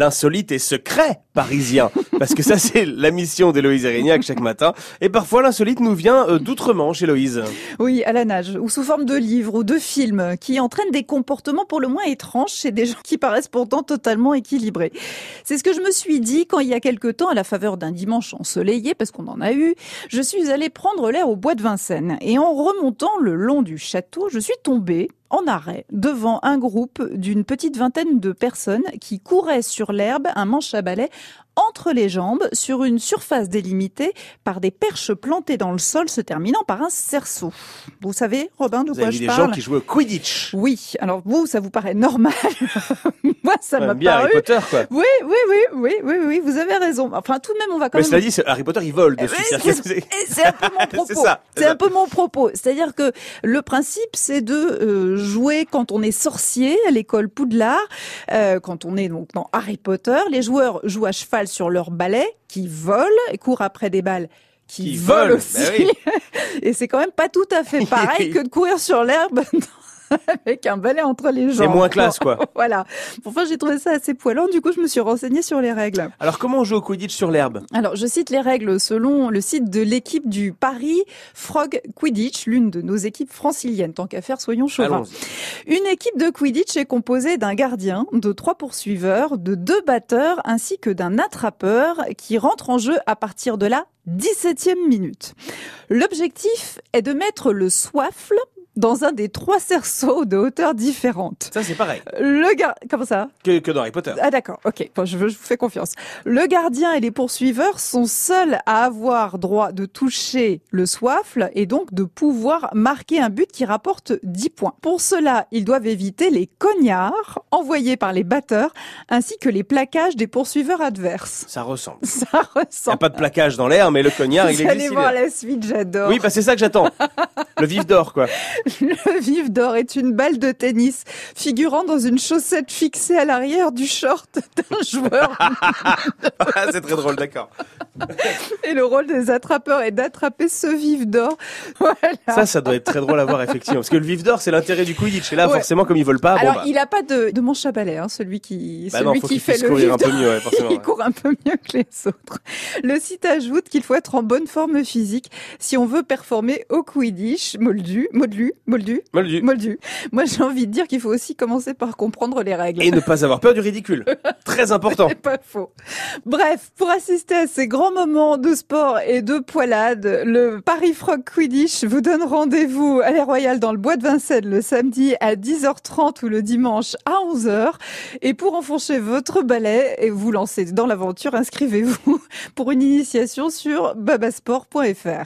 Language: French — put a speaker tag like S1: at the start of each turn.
S1: l'insolite et secret parisien. Parce que ça, c'est la mission d'Héloïse Erignac chaque matin. Et parfois, l'insolite nous vient euh, d'outre-Manche, Héloïse.
S2: Oui, à la nage, ou sous forme de livres ou de films, qui entraînent des comportements pour le moins étranges chez des gens qui paraissent pourtant totalement équilibrés. C'est ce que je me suis dit quand il y a quelque temps, à la faveur d'un dimanche ensoleillé, parce qu'on en a eu, je suis allée prendre l'air au bois de Vincennes. Et en remontant le long du château, je suis tombée en arrêt devant un groupe d'une petite vingtaine de personnes qui couraient sur l'herbe un manche à balai entre les jambes sur une surface délimitée par des perches plantées dans le sol se terminant par un cerceau. Vous savez, Robin, de
S1: Vous
S2: quoi
S1: avez
S2: je
S1: des
S2: parle
S1: gens qui jouent au Quidditch.
S2: Oui, alors vous, ça vous paraît normal. Moi, ça
S1: Ouais,
S2: m'a
S1: bien Harry
S2: paru.
S1: Potter, quoi.
S2: Oui, oui, oui, oui, oui, oui, vous avez raison. Enfin, tout de même, on va quand
S1: Mais
S2: même
S1: cela dit, c'est- Harry Potter, il vole dessus.
S2: oui,
S1: C'est-à-dire que
S2: c'est-
S1: c'est-
S2: et c'est un peu mon propos.
S1: ça, c'est
S2: C'est
S1: ça.
S2: un peu mon propos. C'est-à-dire que le principe, c'est de euh, jouer quand on est sorcier à l'école Poudlard, euh, quand on est donc dans Harry Potter. Les joueurs jouent à cheval sur leur balai, qui volent et courent après des balles. Qui,
S1: Qui
S2: volent
S1: volent,
S2: aussi.
S1: bah oui.
S2: Et c'est quand même pas tout à fait pareil que de courir sur l'herbe avec un balai entre les jambes.
S1: c'est moins classe, quoi.
S2: Voilà. Enfin, j'ai trouvé ça assez poilant. Du coup, je me suis renseignée sur les règles.
S1: Alors, comment on joue au Quidditch sur l'herbe
S2: Alors, je cite les règles selon le site de l'équipe du Paris Frog Quidditch, l'une de nos équipes franciliennes. Tant qu'à faire, soyons chauvins.
S1: Allons-y.
S2: Une équipe de Quidditch est composée d'un gardien, de trois poursuiveurs, de deux batteurs ainsi que d'un attrapeur qui rentre en jeu à partir de la 17e minute. L'objectif est de mettre le soifle dans un des trois cerceaux de hauteur différente.
S1: Ça, c'est pareil
S2: Le gar... Comment ça
S1: que, que dans Harry Potter.
S2: ah d'accord, ok. Bon, je, veux- je vous fais confiance. Le gardien et les poursuiveurs sont seuls à avoir droit de toucher le soifle et donc de pouvoir marquer un but qui rapporte 10 points. Pour cela, ils doivent éviter les cognards envoyés par les batteurs ainsi que les plaquages des poursuiveurs adverses.
S1: Ça ressemble.
S2: Ça
S1: Il n'y a
S2: ressemble.
S1: pas de plaquage dans l'air, mais le cognard, il
S2: Vous allez
S1: existe. il est
S2: voir
S1: là.
S2: la suite, j'adore.
S1: Oui, bah, c'est ça que j'attends. Le vif d'or, quoi.
S2: Le vif d'or est une balle de tennis figurant dans une chaussette fixée à l'arrière du short d'un joueur
S1: Ah, c'est très drôle, d'accord.
S2: Et le rôle des attrapeurs est d'attraper ce vif d'or. Voilà.
S1: Ça, ça doit être très drôle à voir, effectivement. Parce que le vif d'or, c'est l'intérêt du Quidditch. Et là,
S2: Ouais.
S1: forcément, comme ils veulent pas,
S2: Alors,
S1: bon, bah,
S2: il n'a pas de, de manche à balai, hein, celui qui,
S1: bah
S2: celui
S1: non, faut
S2: qui
S1: qu'ils
S2: fait
S1: puissent
S2: le
S1: courir
S2: vif
S1: un peu
S2: d'or.
S1: mieux, ouais, forcément.
S2: Il
S1: ouais.
S2: court un peu mieux que les autres. Le site ajoute qu'il faut être en bonne forme physique si on veut performer au Quidditch. Moldu, moldu, moldu,
S1: Moldu.
S2: moldu. Moi, j'ai envie de dire qu'il faut aussi commencer par comprendre les règles.
S1: Et ne pas avoir peur du ridicule. Très important.
S2: C'est pas faux. Bref, pour assister à ces grands moments de sport et de poilade, le Paris Frog Quidditch vous donne rendez-vous à l'Air Royale dans le bois de Vincennes le samedi à 10h30 ou le dimanche à 11h. Et pour enfoncer votre balai et vous lancer dans l'aventure, inscrivez-vous pour une initiation sur babasport.fr.